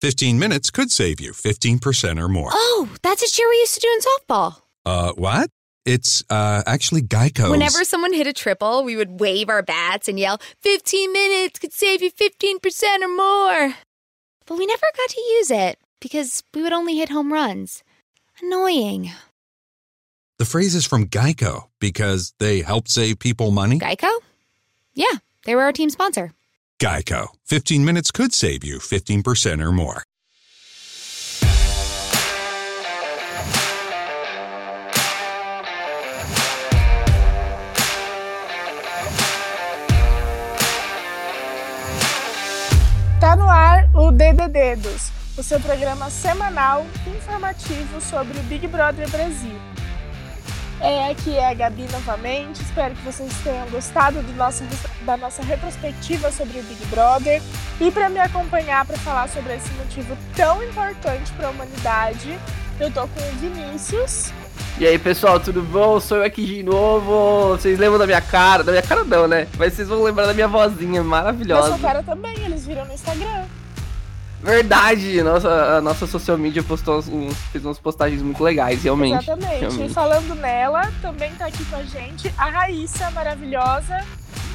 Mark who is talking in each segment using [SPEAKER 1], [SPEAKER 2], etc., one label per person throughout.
[SPEAKER 1] 15 minutes could save you 15% or more.
[SPEAKER 2] Oh, that's a cheer we used to do in softball.
[SPEAKER 1] Uh, what? It's uh, actually Geico.
[SPEAKER 2] Whenever someone hit a triple, we would wave our bats and yell, 15 minutes could save you 15% or more. But we never got to use it because we would only hit home runs. Annoying.
[SPEAKER 1] The phrase is from Geico because they help save people money.
[SPEAKER 2] Geico? Yeah, they were our team sponsor.
[SPEAKER 1] Geico. 15 minutes could save you 15% or more.
[SPEAKER 3] Tá no ar o Dedededos, o seu programa semanal informativo sobre o Big Brother Brasil. É, aqui é a Gabi novamente, espero que vocês tenham gostado do nosso, da nossa retrospectiva sobre o Big Brother. E para me acompanhar para falar sobre esse motivo tão importante para a humanidade, eu tô com o Vinícius.
[SPEAKER 4] E aí pessoal, tudo bom? Sou eu aqui de novo. Vocês lembram da minha cara? Da minha cara não, né? Mas vocês vão lembrar da minha vozinha
[SPEAKER 3] Da
[SPEAKER 4] maravilhosa.
[SPEAKER 3] sua cara também, eles viram no Instagram.
[SPEAKER 4] Verdade! Nossa, a nossa social media postou uns- uns- fez umas postagens muito legais, realmente.
[SPEAKER 3] Exatamente. E
[SPEAKER 4] Realmente.
[SPEAKER 3] falando nela, também tá aqui com a gente a Raíssa maravilhosa.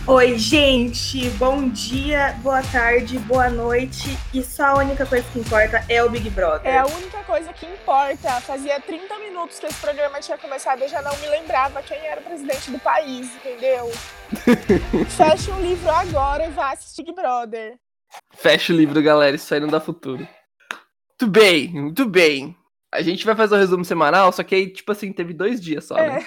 [SPEAKER 5] Oi, gente! Bom dia, boa tarde, boa noite. E só a única coisa que importa é o Big Brother.
[SPEAKER 3] É a única coisa que importa. Fazia 30 minutos que esse programa tinha começado, eu já não me lembrava quem era o presidente do país, entendeu? Fecha um livro agora e vá assistir Big Brother.
[SPEAKER 4] Fecha o livro, galera. Isso aí não dá futuro. Muito bem, muito bem. A gente vai fazer o resumo semanal, só que aí, tipo assim, teve dois dias só,
[SPEAKER 3] É.
[SPEAKER 4] né?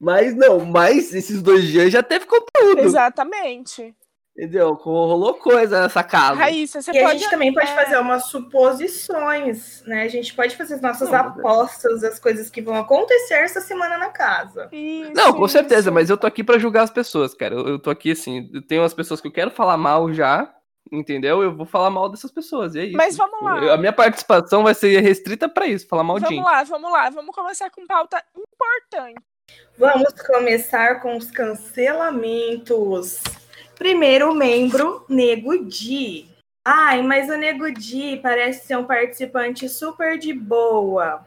[SPEAKER 4] Mas não, mas esses dois dias já teve conteúdo.
[SPEAKER 3] Exatamente.
[SPEAKER 4] Entendeu? Rolou coisa nessa casa.
[SPEAKER 3] Raíssa, você
[SPEAKER 5] e a
[SPEAKER 3] pode.
[SPEAKER 5] gente também pode
[SPEAKER 3] é.
[SPEAKER 5] fazer umas suposições, né? A gente pode fazer as nossas
[SPEAKER 4] Não,
[SPEAKER 5] apostas das coisas que vão acontecer essa semana na casa.
[SPEAKER 3] Isso,
[SPEAKER 4] Não, com certeza,
[SPEAKER 3] isso.
[SPEAKER 4] mas eu tô aqui pra julgar as pessoas, cara. Eu, eu tô aqui assim, eu tenho as pessoas que eu quero falar mal já, entendeu? Eu vou falar mal dessas pessoas, e é isso.
[SPEAKER 3] Mas vamos lá.
[SPEAKER 4] Eu- a minha participação vai ser restrita pra isso, falar mal de
[SPEAKER 3] Vamos lá, vamos lá, vamos começar com pauta importante.
[SPEAKER 5] Vamos começar com os cancelamentos. Primeiro, o membro Nego Di. Ai, mas o Nego Di parece ser um participante super de boa.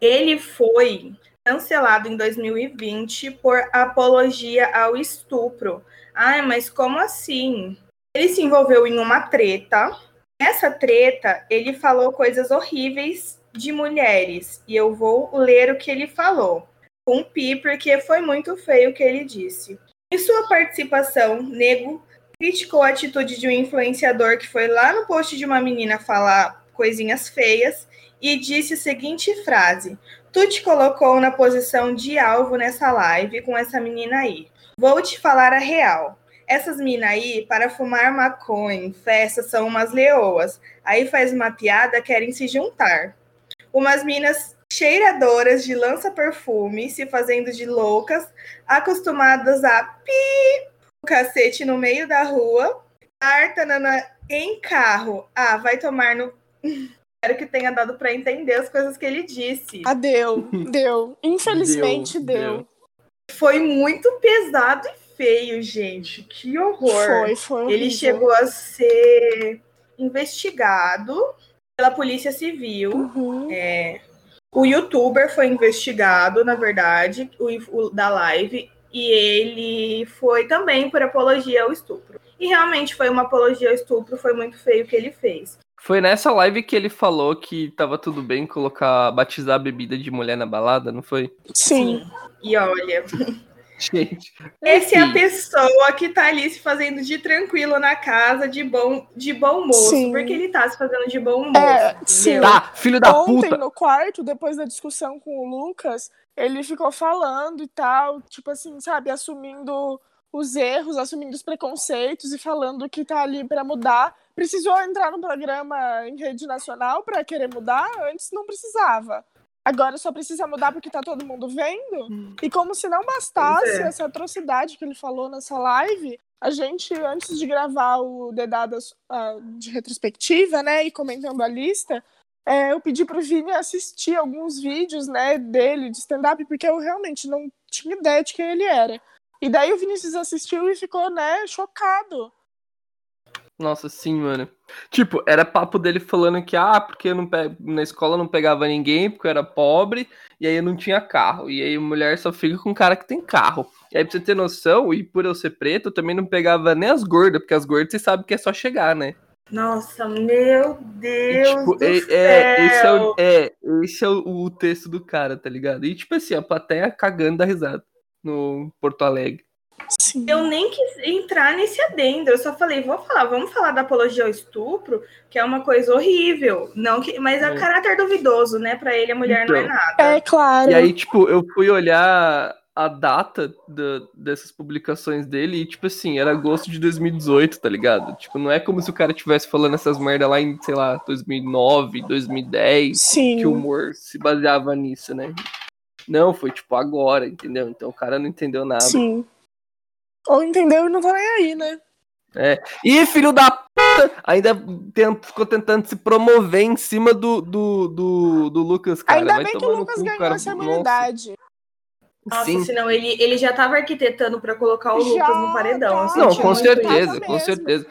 [SPEAKER 5] Ele foi cancelado em 2020 por apologia ao estupro. Ai, mas como assim? Ele se envolveu em uma treta. Nessa treta, ele falou coisas horríveis de mulheres. E eu vou ler o que ele falou com pi, porque foi muito feio o que ele disse. Em sua participação, Nego criticou a atitude de um influenciador que foi lá no post de uma menina falar coisinhas feias e disse a seguinte frase: Tu te colocou na posição de alvo nessa live com essa menina aí. Vou te falar a real. Essas minas aí, para fumar maconha em festa, são umas leoas. Aí faz uma piada, querem se juntar. Umas minas cheiradoras de lança-perfume, se fazendo de loucas, acostumadas a pi o cacete no meio da rua, tartanana em carro. Ah, vai tomar no. Espero que tenha dado para entender as coisas que ele disse.
[SPEAKER 3] Ah, deu, deu. Infelizmente deu.
[SPEAKER 4] Deu,
[SPEAKER 5] Foi muito pesado e feio, gente. Que horror.
[SPEAKER 3] Foi, foi.
[SPEAKER 5] Ele
[SPEAKER 3] horrível.
[SPEAKER 5] chegou a ser investigado pela Polícia Civil.
[SPEAKER 3] Uhum.
[SPEAKER 5] É, o youtuber foi investigado, na verdade, o, o da live, e ele foi também por apologia ao estupro. E realmente foi uma apologia ao estupro, foi muito feio o que ele fez.
[SPEAKER 4] Foi nessa live que ele falou que tava tudo bem colocar, batizar a bebida de mulher na balada, não foi?
[SPEAKER 3] Sim.
[SPEAKER 5] E olha,
[SPEAKER 4] Gente.
[SPEAKER 5] essa é a
[SPEAKER 4] Sim.
[SPEAKER 5] pessoa que tá ali se fazendo de tranquilo na casa, de bom, de bom moço,
[SPEAKER 3] Sim.
[SPEAKER 5] porque ele tá se fazendo de bom moço.
[SPEAKER 3] É, sim.
[SPEAKER 5] entendeu?
[SPEAKER 4] Tá, filho da
[SPEAKER 3] Ontem
[SPEAKER 4] puta!
[SPEAKER 3] no quarto, depois da discussão com o Lucas, ele ficou falando e tal, tipo assim, sabe, assumindo os erros, assumindo os preconceitos e falando que tá ali pra mudar. Precisou entrar no programa em rede nacional pra querer mudar, antes não precisava. Agora só precisa mudar porque tá todo mundo vendo. E como se não bastasse
[SPEAKER 5] Pois é.
[SPEAKER 3] essa atrocidade que ele falou nessa live, a gente, antes de gravar o Dedadas ah, de retrospectiva, né, e comentando a lista, é, eu pedi pro Vini assistir alguns vídeos, né, dele, de stand-up, porque eu realmente não tinha ideia de quem ele era. E daí o Vinícius assistiu e ficou, né, chocado.
[SPEAKER 4] Nossa, sim, mano. Tipo, era papo dele falando que, ah, porque eu não pe... na escola eu não pegava ninguém, porque eu era pobre, e aí eu não tinha carro. E aí mulher só fica com um cara que tem carro. E aí, pra você ter noção, e por eu ser preto, eu também não pegava nem as gordas, porque as gordas você sabe que é só chegar, né?
[SPEAKER 5] Nossa, meu
[SPEAKER 4] E,
[SPEAKER 5] Deus
[SPEAKER 4] tipo,
[SPEAKER 5] do
[SPEAKER 4] é,
[SPEAKER 5] céu.
[SPEAKER 4] é, esse é, o, é, esse é o, o texto do cara, tá ligado? E tipo assim, a plateia cagando da risada no Porto Alegre.
[SPEAKER 3] Sim.
[SPEAKER 5] Eu nem quis entrar nesse adendo, eu só falei, vou falar, vamos falar da apologia ao estupro, que é uma coisa horrível. Não que, mas é
[SPEAKER 4] É.
[SPEAKER 5] caráter duvidoso, né? Pra ele a mulher não é
[SPEAKER 4] Então.
[SPEAKER 5] nada.
[SPEAKER 3] É claro.
[SPEAKER 4] E aí, tipo, eu fui olhar a data da- dessas publicações dele e, tipo assim, era agosto de 2018, tá ligado? Tipo, não é como se o cara tivesse falando essas merda lá em, sei lá, 2009, 2010. que o
[SPEAKER 3] Sim.
[SPEAKER 4] humor se baseava nisso, né? Não, foi tipo agora, entendeu? Então o cara não entendeu nada.
[SPEAKER 3] Sim. Ou entendeu e não tá nem aí, né?
[SPEAKER 4] E filho da p... ainda tent- ficou tentando se promover em cima do, do, do, do Lucas, cara.
[SPEAKER 3] Ainda
[SPEAKER 4] Vai
[SPEAKER 3] bem que o
[SPEAKER 4] tomar no
[SPEAKER 3] Lucas
[SPEAKER 4] cu,
[SPEAKER 3] ganhou
[SPEAKER 4] cara.
[SPEAKER 3] essa
[SPEAKER 4] Nossa,
[SPEAKER 3] imunidade.
[SPEAKER 5] Nossa,
[SPEAKER 4] Sim.
[SPEAKER 5] senão ele, ele já tava arquitetando pra colocar o
[SPEAKER 3] Já,
[SPEAKER 5] Lucas no paredão. eu
[SPEAKER 3] tá.
[SPEAKER 5] senti
[SPEAKER 4] Não, com
[SPEAKER 5] muito
[SPEAKER 4] certeza,
[SPEAKER 3] Tava
[SPEAKER 4] com
[SPEAKER 3] mesmo.
[SPEAKER 4] certeza.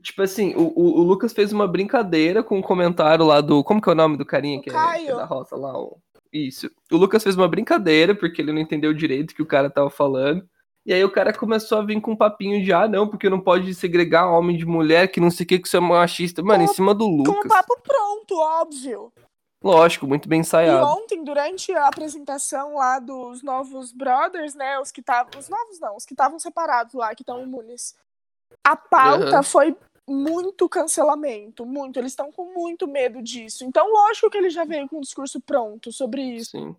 [SPEAKER 4] Tipo assim, o, o, o Lucas fez uma brincadeira com um comentário lá do. Como que é o nome do carinha
[SPEAKER 3] O
[SPEAKER 4] que é,
[SPEAKER 3] Caio.
[SPEAKER 4] que é da roça lá? o- Isso. O Lucas fez uma brincadeira porque ele não entendeu direito o que o cara tava falando. E aí o cara começou a vir com um papinho de ah, não, porque não pode segregar homem de mulher, que não sei o que, que isso é machista. Mano, em
[SPEAKER 3] Como-
[SPEAKER 4] cima do
[SPEAKER 3] Com um o
[SPEAKER 4] Lucas.
[SPEAKER 3] papo pronto, óbvio.
[SPEAKER 4] Lógico, muito bem
[SPEAKER 3] E
[SPEAKER 4] ensaiado.
[SPEAKER 3] ontem, durante a apresentação lá dos novos brothers, né? Os que estavam. Os novos não, os que estavam separados lá, que estão imunes. A pauta
[SPEAKER 4] Aham.
[SPEAKER 3] foi muito cancelamento, muito. Eles estão com muito medo disso. Então, lógico que ele já veio com um discurso pronto sobre isso.
[SPEAKER 4] Sim.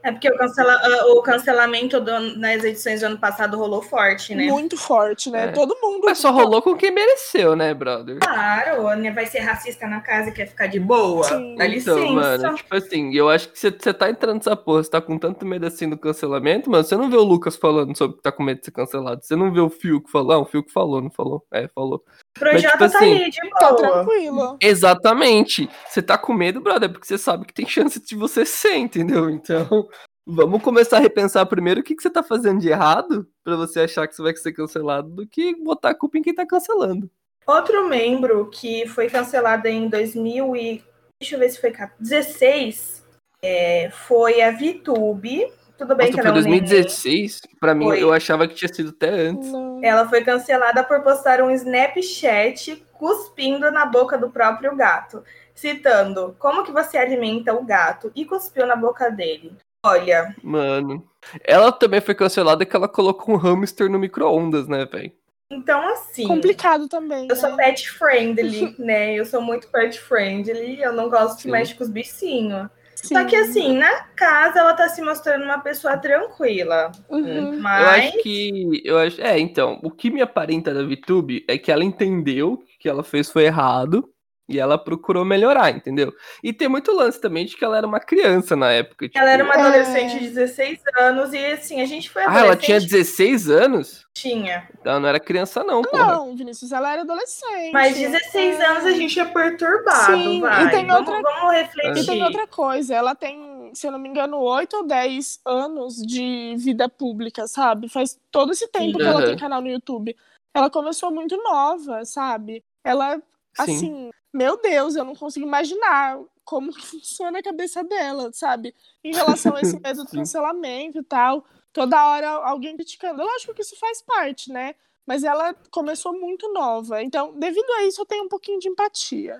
[SPEAKER 5] É porque o, cancela- ah, o cancelamento do- nas edições do ano passado rolou forte, né?
[SPEAKER 3] Muito forte, né?
[SPEAKER 4] É.
[SPEAKER 3] Todo mundo.
[SPEAKER 4] Mas só rolou com quem mereceu, né, brother?
[SPEAKER 5] Claro, né? Vai ser racista na casa e quer ficar de boa.
[SPEAKER 3] Sim.
[SPEAKER 5] Dá licença.
[SPEAKER 4] Então, mano, tipo assim, eu acho que você tá entrando nessa porra, você tá com tanto medo assim do cancelamento, mano, você não vê o Lucas falando sobre que tá com medo de ser cancelado, você não vê o Fiuk falando, ah, o Fiuk falou, não falou? É, falou.
[SPEAKER 5] o projeto
[SPEAKER 4] tipo
[SPEAKER 5] tá
[SPEAKER 4] assim,
[SPEAKER 5] ali, de
[SPEAKER 3] Tá
[SPEAKER 5] boa.
[SPEAKER 3] tranquilo.
[SPEAKER 4] Exatamente, você tá com medo, brother, porque você sabe que tem chance de você ser, entendeu? Então, vamos começar a repensar primeiro o que, que você tá fazendo de errado pra você achar que você vai ser cancelado do que botar a culpa em quem tá cancelando.
[SPEAKER 5] Outro membro que foi cancelado em 2000 e deixa eu ver se foi 16 é, foi a VTube. Tudo bem que
[SPEAKER 4] Nossa,
[SPEAKER 5] ela
[SPEAKER 4] foi
[SPEAKER 5] é um neném.
[SPEAKER 4] 2016, pra mim,
[SPEAKER 5] Foi.
[SPEAKER 4] eu achava que tinha sido até antes.
[SPEAKER 3] Não.
[SPEAKER 5] Ela foi cancelada por postar um Snapchat cuspindo na boca do próprio gato, citando: "Como que você alimenta o gato?" e cuspiu na boca dele. Olha,
[SPEAKER 4] Mano. Ela também foi cancelada que ela colocou um hamster no micro-ondas, né, velho?
[SPEAKER 5] então assim,
[SPEAKER 3] Complicado também.
[SPEAKER 5] eu sou
[SPEAKER 3] né?
[SPEAKER 5] pet friendly, né? Eu sou muito pet friendly, eu não gosto que
[SPEAKER 4] Sim.
[SPEAKER 5] mexe com os bichinhos.
[SPEAKER 3] Sim.
[SPEAKER 5] Só que assim, na casa ela tá se mostrando uma pessoa tranquila. é.
[SPEAKER 3] Uhum.
[SPEAKER 4] Eu
[SPEAKER 5] Mas
[SPEAKER 4] acho que. Eu acho, é, então, o que me aparenta da VTube é que ela entendeu que o que ela fez foi errado e ela procurou melhorar, entendeu? E tem muito lance também de que ela era uma criança na época. tipo,
[SPEAKER 5] ela era uma
[SPEAKER 3] É.
[SPEAKER 5] adolescente de 16 anos e assim, a gente foi
[SPEAKER 4] Ah,
[SPEAKER 5] adolescente.
[SPEAKER 4] ela tinha 16 anos?
[SPEAKER 5] tinha.
[SPEAKER 4] Ela não era criança, não, porra.
[SPEAKER 3] Não, Vinícius, ela era adolescente.
[SPEAKER 5] Mas 16
[SPEAKER 3] É.
[SPEAKER 5] anos a gente é perturbado,
[SPEAKER 3] Sim,
[SPEAKER 5] vai.
[SPEAKER 3] e tem
[SPEAKER 5] vamos,
[SPEAKER 3] outra-
[SPEAKER 5] vamos refletir.
[SPEAKER 3] E tem outra coisa, ela tem, se eu não me engano, 8 ou 10 anos de vida pública, sabe? Faz todo esse tempo que ela
[SPEAKER 4] Aham.
[SPEAKER 3] tem canal no YouTube. Ela começou muito nova, sabe? Ela,
[SPEAKER 4] Sim.
[SPEAKER 3] assim, meu Deus, eu não consigo imaginar como que funciona a cabeça dela, sabe? Em relação a esse medo do
[SPEAKER 4] Sim.
[SPEAKER 3] cancelamento e tal. Toda hora alguém criticando. Lógico que isso faz parte, né? Mas ela começou muito nova. Então, devido a isso, eu tenho um pouquinho de empatia.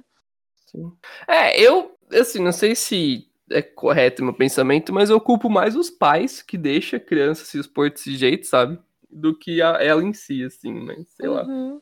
[SPEAKER 4] É, eu, assim, não sei se é correto meu pensamento, mas eu culpo mais os pais que deixam a criança se expor desse jeito, sabe? Do que a- ela em si, assim, mas sei lá.
[SPEAKER 3] Uhum.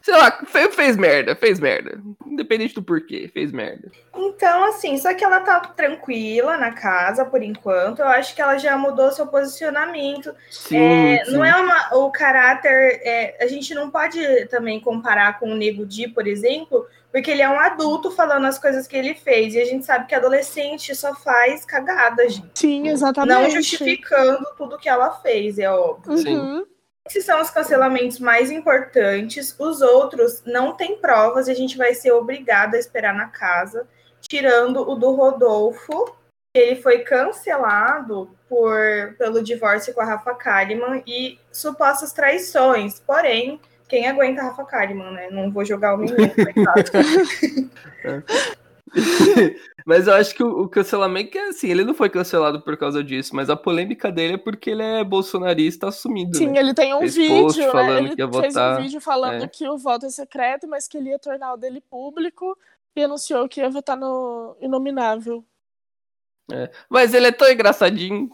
[SPEAKER 4] Sei lá, fe- fez, merda, fez merda. Independente do porquê, fez merda.
[SPEAKER 5] Então, assim, só que ela tá tranquila na casa por enquanto. Eu acho que ela já mudou seu posicionamento.
[SPEAKER 4] Sim,
[SPEAKER 5] É, Não
[SPEAKER 4] sim.
[SPEAKER 5] é uma- o caráter. é, a gente não pode também comparar com o Nego Di, por exemplo, porque ele é um adulto falando as coisas que ele fez. E a gente sabe que adolescente só faz cagada, gente.
[SPEAKER 3] Sim, exatamente.
[SPEAKER 5] Não justificando tudo que ela fez, é óbvio.
[SPEAKER 3] Uhum.
[SPEAKER 4] Sim.
[SPEAKER 5] Esses são os cancelamentos mais importantes. Os outros não tem provas e a gente vai ser obrigado a esperar na casa, tirando o do Rodolfo. Ele foi cancelado por, pelo divórcio com a Rafa Kalimann e supostas traições. Porém, Quem aguenta a Rafa Kalimann, né? Não vou jogar o menino, coitado.
[SPEAKER 4] Mas eu acho que o, o cancelamento que é assim, ele não foi cancelado por causa disso, mas a polêmica dele é porque ele é bolsonarista assumido.
[SPEAKER 3] Sim,
[SPEAKER 4] né?
[SPEAKER 3] ele tem um
[SPEAKER 4] Fez post
[SPEAKER 3] vídeo, né?
[SPEAKER 4] falando
[SPEAKER 3] Ele
[SPEAKER 4] que ia
[SPEAKER 3] fez
[SPEAKER 4] votar,
[SPEAKER 3] um vídeo falando
[SPEAKER 4] é.
[SPEAKER 3] que o voto é secreto, mas que ele ia tornar o dele público e anunciou que ia votar no inominável.
[SPEAKER 4] Mas ele é tão engraçadinho.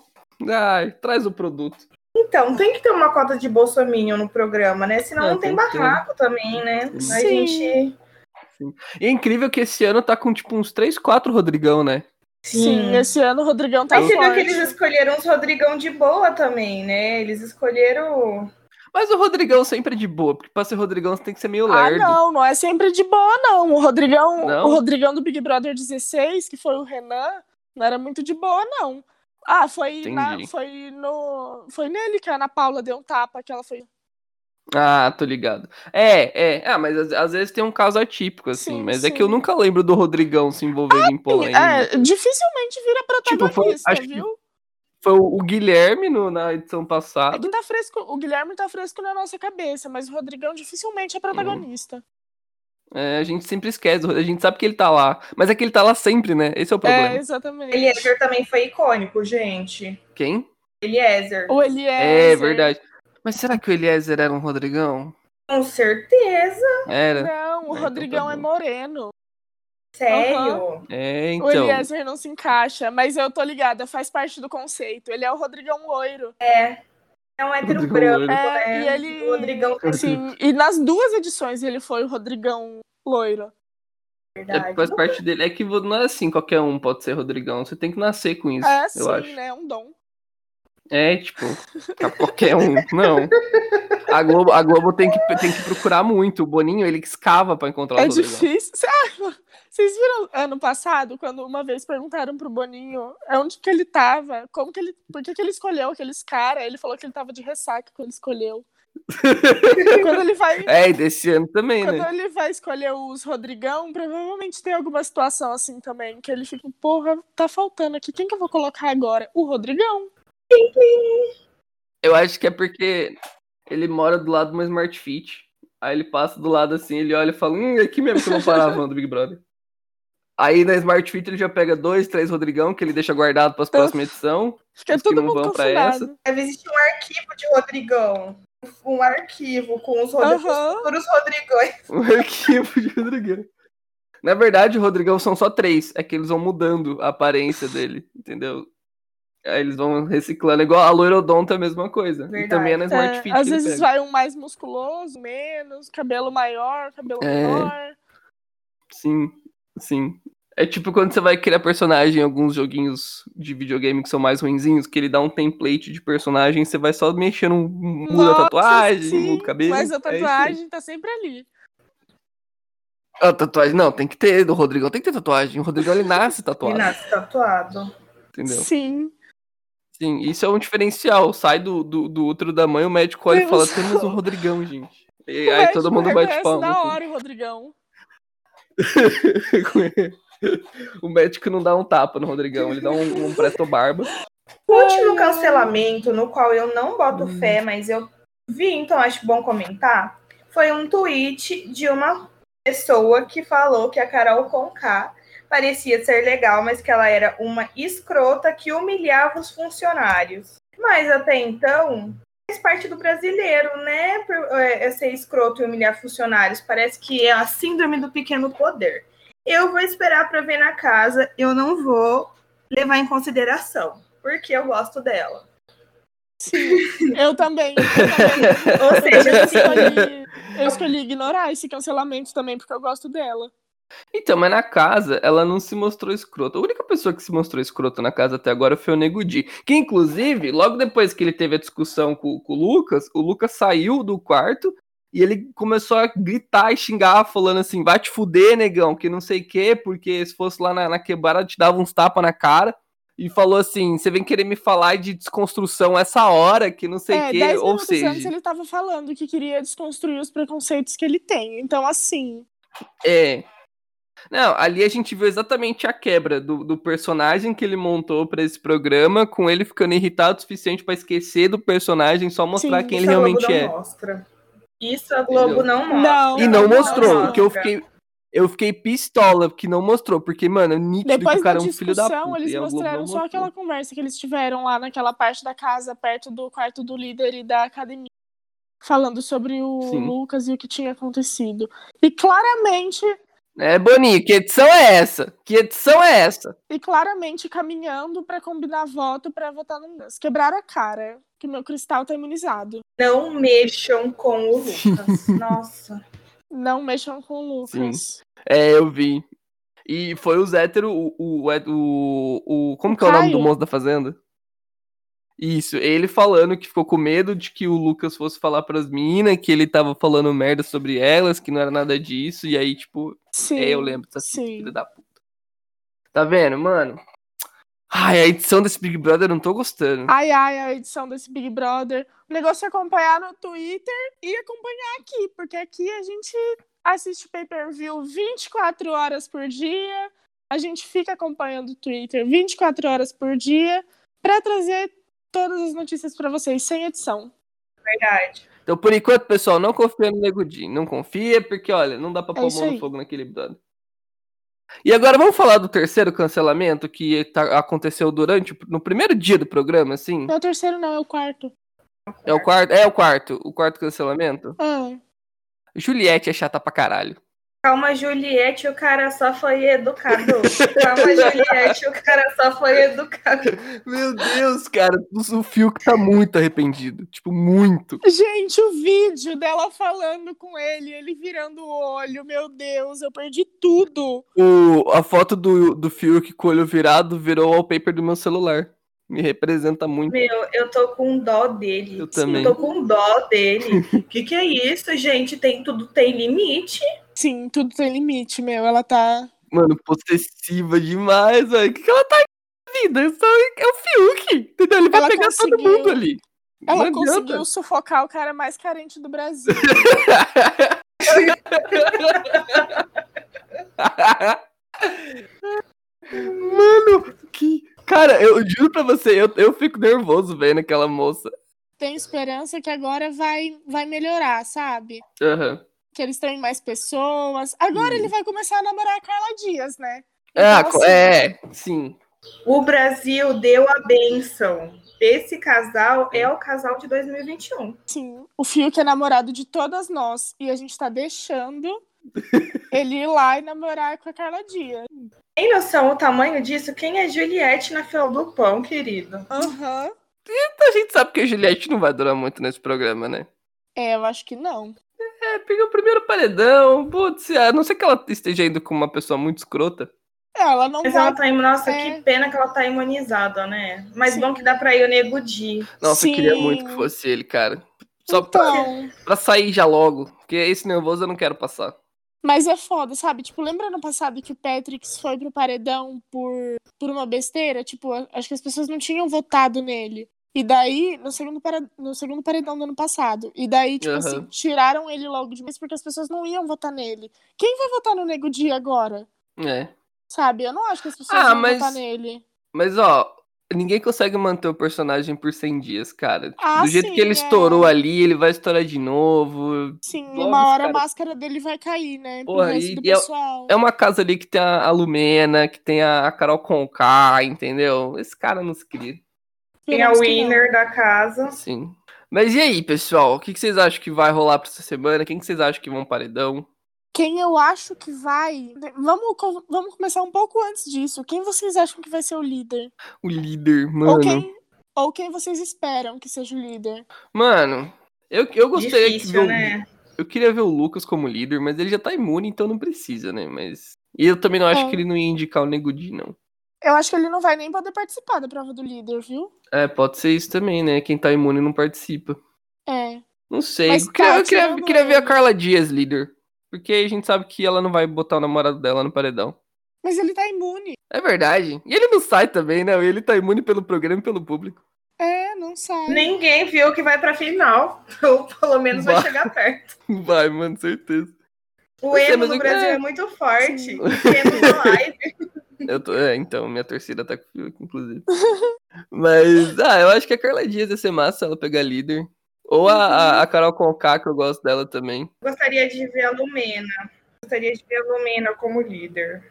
[SPEAKER 4] Ai, traz o produto.
[SPEAKER 5] Então, tem que ter uma cota de bolsominion no programa, né? Senão
[SPEAKER 4] Ah,
[SPEAKER 5] não tem
[SPEAKER 4] tem que ter.
[SPEAKER 5] barraco também, né? A
[SPEAKER 3] Sim.
[SPEAKER 5] gente.
[SPEAKER 4] E é incrível que esse ano tá com tipo uns 3, 4 Rodrigão, né?
[SPEAKER 3] Sim, esse ano o Rodrigão tá
[SPEAKER 5] Mas você viu que
[SPEAKER 3] forte.
[SPEAKER 5] eles escolheram uns Rodrigão de boa também, né? Eles escolheram.
[SPEAKER 4] Mas o Rodrigão sempre é de boa, porque pra ser Rodrigão você tem que ser meio
[SPEAKER 3] Ah,
[SPEAKER 4] lerdo.
[SPEAKER 3] não, não é sempre de boa, não. O Rodrigão,
[SPEAKER 4] Não?
[SPEAKER 3] o Rodrigão do Big Brother 16, que foi o Renan, não era muito de boa, não. Ah, foi, na-
[SPEAKER 4] Entendi.
[SPEAKER 3] foi, no, foi nele que a Ana Paula deu um tapa, que ela foi.
[SPEAKER 4] Ah, tô ligado. É, é. Ah, mas às, às vezes tem um caso atípico, assim.
[SPEAKER 3] Sim,
[SPEAKER 4] mas é que
[SPEAKER 3] sim.
[SPEAKER 4] eu nunca lembro do Rodrigão se envolvendo em polêmica.
[SPEAKER 3] É, dificilmente vira
[SPEAKER 4] Tipo, foi-
[SPEAKER 3] protagonista,
[SPEAKER 4] acho que-
[SPEAKER 3] viu?
[SPEAKER 4] Foi o o Guilherme no- na edição
[SPEAKER 3] É
[SPEAKER 4] passada.
[SPEAKER 3] que tá fresco, o Guilherme tá fresco na nossa cabeça, mas o Rodrigão dificilmente
[SPEAKER 4] Hum,
[SPEAKER 3] é protagonista.
[SPEAKER 4] É, a gente sempre esquece, a gente sabe que ele tá lá. Mas é que ele tá lá sempre, né? Esse é o
[SPEAKER 3] é,
[SPEAKER 4] problema.
[SPEAKER 3] exatamente.
[SPEAKER 5] Eliezer também foi icônico, gente.
[SPEAKER 4] Quem?
[SPEAKER 5] Eliezer.
[SPEAKER 3] O Eliezer.
[SPEAKER 4] É, verdade. Mas será que o Eliezer era um Rodrigão?
[SPEAKER 5] Com certeza.
[SPEAKER 4] Era.
[SPEAKER 3] Não, o
[SPEAKER 4] É, então tá
[SPEAKER 3] Rodrigão é
[SPEAKER 4] bom.
[SPEAKER 3] moreno.
[SPEAKER 5] Sério.
[SPEAKER 4] É,
[SPEAKER 3] O
[SPEAKER 4] então.
[SPEAKER 3] Eliezer não se encaixa, mas eu tô ligada, faz parte do conceito. Ele é o Rodrigão loiro.
[SPEAKER 5] É. É um hétero
[SPEAKER 4] Rodrigão
[SPEAKER 5] branco,
[SPEAKER 4] loiro.
[SPEAKER 5] né?
[SPEAKER 3] É, e ele-
[SPEAKER 5] O Rodrigão é
[SPEAKER 3] Assim, e nas duas edições ele foi o Rodrigão loiro.
[SPEAKER 4] É,
[SPEAKER 5] verdade.
[SPEAKER 4] faz parte dele. É que vo- não é assim, qualquer um pode ser Rodrigão. Você tem que nascer com isso,
[SPEAKER 3] É
[SPEAKER 4] eu acho.
[SPEAKER 3] sim, né? Um dom.
[SPEAKER 4] É, tipo, pra qualquer um. Não. A Globo, a Globo tem, que, tem que procurar muito. O Boninho, ele escava pra encontrar
[SPEAKER 3] É
[SPEAKER 4] o Rodrigão.
[SPEAKER 3] difícil. Cê- Ah, Vocês viram ano passado, quando uma vez perguntaram pro Boninho onde que ele tava, como que ele. Por que, que ele escolheu aqueles caras? Ele falou que ele tava de ressaca quando escolheu. quando ele vai.
[SPEAKER 4] É, e desse ano também,
[SPEAKER 3] Quando é?
[SPEAKER 4] né?
[SPEAKER 3] ele vai escolher os Rodrigão, provavelmente tem alguma situação assim também, que ele fica, porra, tá faltando aqui. Quem que eu vou colocar agora? O Rodrigão.
[SPEAKER 4] Eu acho que é porque ele mora do lado de uma Smart Fit. Aí ele passa do lado assim, ele olha e fala: Hum, é aqui mesmo que eu vou parar a van do Big Brother. Aí na Smart Fit ele já pega dois, três Rodrigão, que ele deixa guardado pras
[SPEAKER 3] Então-
[SPEAKER 4] próximas edição.
[SPEAKER 3] Fica
[SPEAKER 4] Os que
[SPEAKER 3] todo
[SPEAKER 4] não
[SPEAKER 3] mundo
[SPEAKER 4] vão pra
[SPEAKER 3] confinado.
[SPEAKER 5] Deve existir um arquivo de Rodrigão. Um arquivo com os, Rodri...
[SPEAKER 3] Aham.
[SPEAKER 5] os futuros Rodrigões.
[SPEAKER 4] Um arquivo de Rodrigão. Na verdade, o Rodrigão são só três. É que eles vão mudando a aparência dele, entendeu? Aí eles vão reciclando. Igual a Loirodonta é a mesma coisa. E
[SPEAKER 5] Verdade.
[SPEAKER 4] também é na Smart
[SPEAKER 3] É,
[SPEAKER 4] Fit.
[SPEAKER 3] às
[SPEAKER 4] que ele
[SPEAKER 3] vezes
[SPEAKER 4] pega.
[SPEAKER 3] vai um mais musculoso, menos, cabelo maior, cabelo
[SPEAKER 4] É.
[SPEAKER 3] menor.
[SPEAKER 4] Sim, sim. É tipo quando você vai criar personagem em alguns joguinhos de videogame que são mais ruinzinhos, que ele dá um template de personagem, você vai só mexendo, um- muda
[SPEAKER 3] Nossa,
[SPEAKER 4] a tatuagem,
[SPEAKER 3] sim,
[SPEAKER 4] muda o cabelo.
[SPEAKER 3] Mas
[SPEAKER 4] é
[SPEAKER 3] a
[SPEAKER 4] isso aí.
[SPEAKER 3] tatuagem tá sempre ali.
[SPEAKER 4] a Ah, tatuagem, não, tem que ter, do Rodrigão tem que ter tatuagem. O Rodrigão, ele nasce tatuado,
[SPEAKER 5] E nasce tá tatuado.
[SPEAKER 4] entendeu?
[SPEAKER 3] Sim.
[SPEAKER 4] Sim, isso é um diferencial. Sai do, do, do útero da mãe, o médico olha e fala,
[SPEAKER 3] Deus.
[SPEAKER 4] temos um Rodrigão, gente. E
[SPEAKER 3] O
[SPEAKER 4] aí todo
[SPEAKER 3] médico
[SPEAKER 4] mundo bate
[SPEAKER 3] reconhece da
[SPEAKER 4] palma. assim.
[SPEAKER 3] hora o Rodrigão.
[SPEAKER 4] o médico não dá um tapa no Rodrigão, ele dá um, um presto-barba.
[SPEAKER 5] O último cancelamento, no qual eu não boto fé, mas eu vi, então acho bom comentar, foi um tweet de uma pessoa que falou que a Carol Conká parecia ser legal, mas que ela era uma escrota que humilhava os funcionários. Mas até então, faz parte do brasileiro, né? Por- é, é ser escroto e humilhar funcionários. Parece que é a síndrome do pequeno poder. Eu vou esperar para ver na casa, eu não vou levar em consideração porque eu gosto dela.
[SPEAKER 3] Eu também. Eu também. Ou seja, eu escolhi, eu escolhi ignorar esse cancelamento também, porque eu gosto dela.
[SPEAKER 4] Então, mas na casa, ela não se mostrou escrota. A única pessoa que se mostrou escrota na casa até agora foi o Nego Di. Que, inclusive, logo depois que ele teve a discussão com, com o Lucas, o Lucas saiu do quarto e ele começou a gritar e xingar, falando assim, vai te fuder, negão, que não sei o quê, porque se fosse lá na, na quebrada, te dava uns tapas na cara. E falou assim, você vem querer me falar de desconstrução essa hora, que não sei o
[SPEAKER 3] é,
[SPEAKER 4] quê.
[SPEAKER 3] 10
[SPEAKER 4] Ou
[SPEAKER 3] minutos antes
[SPEAKER 4] seja,
[SPEAKER 3] ele tava falando que queria desconstruir os preconceitos que ele tem. Então, assim,
[SPEAKER 4] É. Não, ali a gente viu exatamente a quebra do, do personagem que ele montou pra esse programa, com ele ficando irritado o suficiente pra esquecer do personagem, só mostrar
[SPEAKER 3] Sim, é
[SPEAKER 4] quem ele
[SPEAKER 5] Isso
[SPEAKER 4] realmente
[SPEAKER 5] a Globo não
[SPEAKER 4] é.
[SPEAKER 5] Mostra. Isso a Globo
[SPEAKER 4] Entendeu?
[SPEAKER 5] não mostra.
[SPEAKER 3] Não.
[SPEAKER 4] E não
[SPEAKER 3] Não,
[SPEAKER 4] mostrou,
[SPEAKER 3] não,
[SPEAKER 4] o que eu fiquei. Eu fiquei pistola porque não mostrou, porque, mano, é nítido que
[SPEAKER 3] Depois
[SPEAKER 4] o cara
[SPEAKER 3] da
[SPEAKER 4] é um filho da
[SPEAKER 3] discussão,
[SPEAKER 4] puta.
[SPEAKER 3] eles
[SPEAKER 4] e a Globo
[SPEAKER 3] mostraram
[SPEAKER 4] não
[SPEAKER 3] só
[SPEAKER 4] mostrou.
[SPEAKER 3] aquela conversa que eles tiveram lá naquela parte da casa, perto do quarto do líder e da academia, falando sobre o
[SPEAKER 4] Sim.
[SPEAKER 3] Lucas e o que tinha acontecido. E claramente,
[SPEAKER 4] É, Boninho, que edição é essa? Que edição é essa?
[SPEAKER 3] e claramente caminhando pra combinar voto pra votar no Lucas. Quebraram a cara, que meu cristal tá imunizado.
[SPEAKER 5] Não mexam com o Lucas. Nossa.
[SPEAKER 3] Não mexam com o Lucas.
[SPEAKER 4] É, eu vi. E foi os héteros, o, o, hé- o, o. Como
[SPEAKER 3] O
[SPEAKER 4] que é o nome do
[SPEAKER 3] Caio?
[SPEAKER 4] moço da fazenda? Isso, ele falando que ficou com medo de que o Lucas fosse falar pras meninas, que ele tava falando merda sobre elas, que não era nada disso, e aí, tipo,
[SPEAKER 3] Sim.
[SPEAKER 4] é, eu lembro dessa
[SPEAKER 3] sim.
[SPEAKER 4] filha da puta. Tá vendo, mano? Ai, a edição desse Big Brother eu não tô gostando.
[SPEAKER 3] Ai, ai, a edição desse Big Brother. O negócio é acompanhar no Twitter e acompanhar aqui, porque aqui a gente assiste pay-per-view 24 horas por dia, a gente fica acompanhando o Twitter 24 horas por dia pra trazer todas as notícias pra vocês, sem edição.
[SPEAKER 5] Verdade.
[SPEAKER 4] Então, por enquanto, pessoal, não confia no Nego Di. Não confia, porque, olha, não dá pra pôr a
[SPEAKER 3] É isso
[SPEAKER 4] mão no
[SPEAKER 3] aí.
[SPEAKER 4] fogo naquele brother. E agora vamos falar do terceiro cancelamento que tá- aconteceu durante, no primeiro dia do programa, assim?
[SPEAKER 3] Não é o terceiro, não, é o quarto.
[SPEAKER 4] É o quarto? É o quarto. O quarto cancelamento.
[SPEAKER 3] Ah,
[SPEAKER 4] Juliette é chata pra caralho.
[SPEAKER 5] Calma, Juliette, o cara só foi educador. Calma, Juliette, o cara só foi educador.
[SPEAKER 4] Meu Deus, cara. O o Fiuk tá muito arrependido. Tipo, muito.
[SPEAKER 3] Gente, o vídeo dela falando com ele, ele virando o olho, meu Deus, eu perdi tudo.
[SPEAKER 4] O, a foto do, do Fiuk com o olho virado virou o wallpaper do meu celular. Me representa muito.
[SPEAKER 5] Meu, eu tô com dó dele.
[SPEAKER 4] Eu também.
[SPEAKER 5] tô com dó dele. que que é isso, gente? Tem tudo tem limite.
[SPEAKER 3] Sim, tudo tem limite, meu. Ela tá
[SPEAKER 4] Mano, possessiva demais, velho. O que, que ela tá na vida? É só- é o Fiuk. Entendeu? Ele vai
[SPEAKER 3] Ela
[SPEAKER 4] pegar todo
[SPEAKER 3] conseguiu.
[SPEAKER 4] mundo ali.
[SPEAKER 3] Ela
[SPEAKER 4] Não adianta.
[SPEAKER 3] conseguiu sufocar o cara mais carente do Brasil.
[SPEAKER 4] Mano, que. Cara, eu juro pra você, eu, eu fico nervoso vendo aquela moça.
[SPEAKER 3] Tem esperança que agora vai, vai melhorar, sabe?
[SPEAKER 4] Aham.
[SPEAKER 3] Que eles têm mais pessoas.
[SPEAKER 4] Hum.
[SPEAKER 3] Agora ele vai começar a namorar a Carla Dias, né?
[SPEAKER 4] Ah,
[SPEAKER 3] Então,
[SPEAKER 4] co-
[SPEAKER 3] assim,
[SPEAKER 4] é, sim.
[SPEAKER 5] O Brasil deu a benção. Esse casal é o casal de 2021.
[SPEAKER 3] Sim, o Fiuk é namorado de todas nós e a gente tá deixando ele ir lá e namorar com a Carla Dias.
[SPEAKER 5] Tem noção o tamanho disso? Quem é Juliette na fila do pão, querido?
[SPEAKER 3] Aham.
[SPEAKER 4] Então A gente sabe que a Juliette não vai durar muito nesse programa, né?
[SPEAKER 3] É, eu acho que não.
[SPEAKER 4] É, pegou o primeiro paredão. Putz, é, a não ser que ela esteja indo com uma pessoa muito escrota.
[SPEAKER 3] Ela não
[SPEAKER 5] Mas
[SPEAKER 3] vai.
[SPEAKER 5] ela tá imun... Nossa,
[SPEAKER 3] É.
[SPEAKER 5] que pena que ela tá imunizada, né? Mas
[SPEAKER 3] Sim.
[SPEAKER 5] bom que dá pra ir o Nego Di.
[SPEAKER 4] Nossa, eu queria muito que
[SPEAKER 3] Sim.
[SPEAKER 4] fosse ele, cara. Só pra,
[SPEAKER 3] Então,
[SPEAKER 4] pra sair já logo. Porque esse nervoso eu não quero passar.
[SPEAKER 3] Mas é foda, sabe? Tipo, lembra no passado que o Patrix foi pro paredão por, por uma besteira? Tipo, a- acho que as pessoas não tinham votado nele. E daí, no segundo, para... no segundo paredão do ano passado. E daí, tipo
[SPEAKER 4] Aham.
[SPEAKER 3] assim, tiraram ele logo de vez porque as pessoas não iam votar nele. Quem vai votar no Nego Dia agora?
[SPEAKER 4] É.
[SPEAKER 3] Sabe? Eu não acho que as pessoas
[SPEAKER 4] Ah,
[SPEAKER 3] vão
[SPEAKER 4] mas-
[SPEAKER 3] votar nele.
[SPEAKER 4] Mas, ó, ninguém consegue manter o personagem por 100 dias, cara. Tipo,
[SPEAKER 3] Ah,
[SPEAKER 4] Do jeito
[SPEAKER 3] sim,
[SPEAKER 4] que ele
[SPEAKER 3] é.
[SPEAKER 4] estourou ali, ele vai estourar de novo.
[SPEAKER 3] Sim,
[SPEAKER 4] Logo,
[SPEAKER 3] uma hora
[SPEAKER 4] cara.
[SPEAKER 3] a máscara dele vai cair, né? Pro
[SPEAKER 4] Porra,
[SPEAKER 3] resto
[SPEAKER 4] e-
[SPEAKER 3] do
[SPEAKER 4] e é-
[SPEAKER 3] pessoal.
[SPEAKER 4] É uma casa ali que tem a a Lumena, que tem a a Carol Conká, entendeu? Esse cara não se cria,
[SPEAKER 5] Quem é o
[SPEAKER 3] Esperamos que não.
[SPEAKER 5] winner da casa.
[SPEAKER 4] sim. Mas e aí, pessoal? O que que vocês acham que vai rolar pra essa semana? Quem que vocês acham que vão paredão?
[SPEAKER 3] Quem eu acho que vai. Vamos, co- vamos começar um pouco antes disso. Quem vocês acham que vai ser o líder?
[SPEAKER 4] O líder,
[SPEAKER 3] Ou
[SPEAKER 4] mano.
[SPEAKER 3] quem, ou quem vocês esperam que seja o líder.
[SPEAKER 4] Mano, eu, eu gostaria de ver
[SPEAKER 5] Difícil,
[SPEAKER 4] o-
[SPEAKER 5] né?
[SPEAKER 4] Eu queria ver o Lucas como líder, mas ele já tá imune, então não precisa, né? Mas. E eu também não acho
[SPEAKER 3] É.
[SPEAKER 4] que ele não ia indicar o Nego Di, não.
[SPEAKER 3] Eu acho que ele não vai nem poder participar da prova do líder, viu?
[SPEAKER 4] É, pode ser isso também, né? Quem tá imune não participa.
[SPEAKER 3] É.
[SPEAKER 4] Não sei.
[SPEAKER 3] Mas
[SPEAKER 4] eu queria,
[SPEAKER 3] tá
[SPEAKER 4] eu queria-
[SPEAKER 3] tirando
[SPEAKER 4] queria ver a
[SPEAKER 3] ele.
[SPEAKER 4] Carla Dias líder. Porque a gente sabe que ela não vai botar o namorado dela no paredão.
[SPEAKER 3] Mas ele tá imune.
[SPEAKER 4] É verdade. E ele não sai também, né? Ele tá imune pelo programa e pelo público.
[SPEAKER 3] É, não sai.
[SPEAKER 5] Ninguém viu que vai pra final. Ou pelo menos vai
[SPEAKER 4] Vai.
[SPEAKER 5] chegar perto.
[SPEAKER 4] Vai, mano, certeza.
[SPEAKER 5] O
[SPEAKER 4] Pois é,
[SPEAKER 5] emo
[SPEAKER 4] mas
[SPEAKER 5] no
[SPEAKER 4] o-
[SPEAKER 5] Brasil
[SPEAKER 4] é.
[SPEAKER 5] é muito forte.
[SPEAKER 3] um Sim.
[SPEAKER 5] Temos na live.
[SPEAKER 4] Eu tô- É, então, minha torcida tá com o Fiuk, inclusive. Mas, ah, eu acho que a Carla Dias ia ser massa ela pegar líder. Ou a, a Carol Conká, que eu gosto dela também.
[SPEAKER 5] Gostaria de ver a Lumena. Gostaria de ver a Lumena como líder.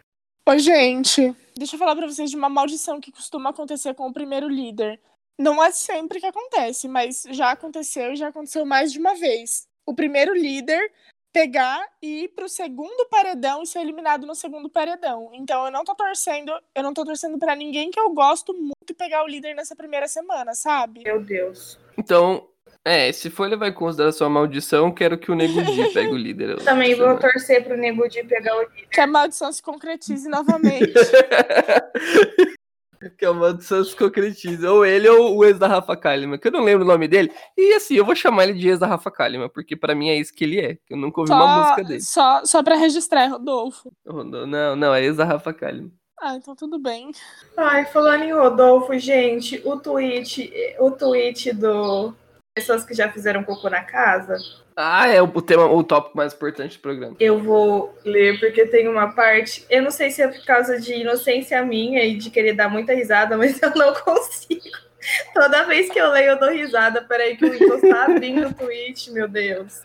[SPEAKER 3] Ô, gente, deixa eu falar pra vocês de uma maldição que costuma acontecer com o primeiro líder. Não é sempre que acontece, mas já aconteceu e já aconteceu mais de uma vez. O primeiro líder pegar e ir pro segundo paredão e ser eliminado no segundo paredão. Então eu não tô torcendo, eu não tô torcendo pra ninguém que eu gosto muito pegar o líder nessa primeira semana, sabe?
[SPEAKER 5] Meu Deus.
[SPEAKER 4] Então, é, se for levar em consideração a maldição, quero que o Nego Di pegue o líder. eu
[SPEAKER 5] Também
[SPEAKER 4] acho,
[SPEAKER 5] vou
[SPEAKER 4] né?
[SPEAKER 5] torcer pro Nego Di pegar o líder.
[SPEAKER 3] Que a maldição se concretize novamente.
[SPEAKER 4] que é uma dos concretiza. Ou ele ou o ex da Rafa Kalimann, que eu não lembro o nome dele. E assim, eu vou chamar ele de ex da Rafa Kalimann, porque pra mim é isso que ele é. que Eu nunca ouvi uma música
[SPEAKER 3] só,
[SPEAKER 4] dele.
[SPEAKER 3] só, só pra registrar, é Rodolfo.
[SPEAKER 4] Oh, Não, não, não, é ex da Rafa Kalimann.
[SPEAKER 3] Ah, então tudo bem.
[SPEAKER 5] Ai, falando em Rodolfo, gente, o tweet, o tweet do pessoas que já fizeram cocô na casa,
[SPEAKER 4] Ah, é o o tema, o tópico mais importante do programa.
[SPEAKER 5] eu vou ler porque tem uma parte, eu não sei se é por causa de inocência minha e de querer dar muita risada, mas eu não consigo. Toda vez que eu leio eu dou risada, peraí que o Windows tá abrindo o tweet, meu Deus.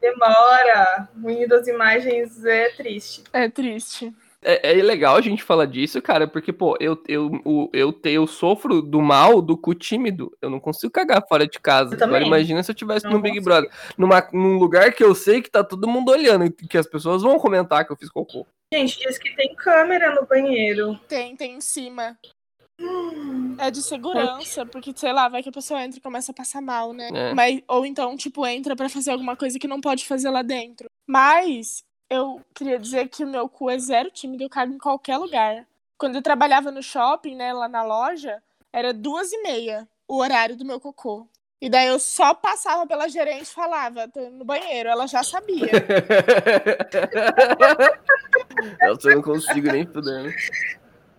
[SPEAKER 5] Demora, o Windows Imagens é triste.
[SPEAKER 3] É triste.
[SPEAKER 4] É, é legal a gente falar disso, cara, porque, pô, eu, eu, o- eu, te- eu sofro do mal do cu tímido. Eu não consigo cagar fora de casa.
[SPEAKER 5] Eu também.
[SPEAKER 4] Agora imagina se eu tivesse
[SPEAKER 5] Não
[SPEAKER 4] no Big
[SPEAKER 5] consigo.
[SPEAKER 4] Brother, numa, num lugar que eu sei que tá todo mundo olhando, e que as pessoas vão comentar que eu fiz cocô.
[SPEAKER 5] Gente, diz que tem câmera no banheiro. Hum.
[SPEAKER 3] Tem, tem em cima. É de segurança, porque, sei lá, vai que a pessoa entra e começa a passar mal, né?
[SPEAKER 4] É.
[SPEAKER 3] Mas, ou então, tipo, entra pra fazer alguma coisa que não pode fazer lá dentro. Mas eu queria dizer que o meu cu é zero tímido, eu cago em qualquer lugar. Quando eu trabalhava no shopping, né, lá na loja, era duas e meia o horário do meu cocô. E daí eu só passava pela gerente e falava, tô indo no banheiro, ela já sabia.
[SPEAKER 4] Nossa, eu não consigo nem né? fudendo.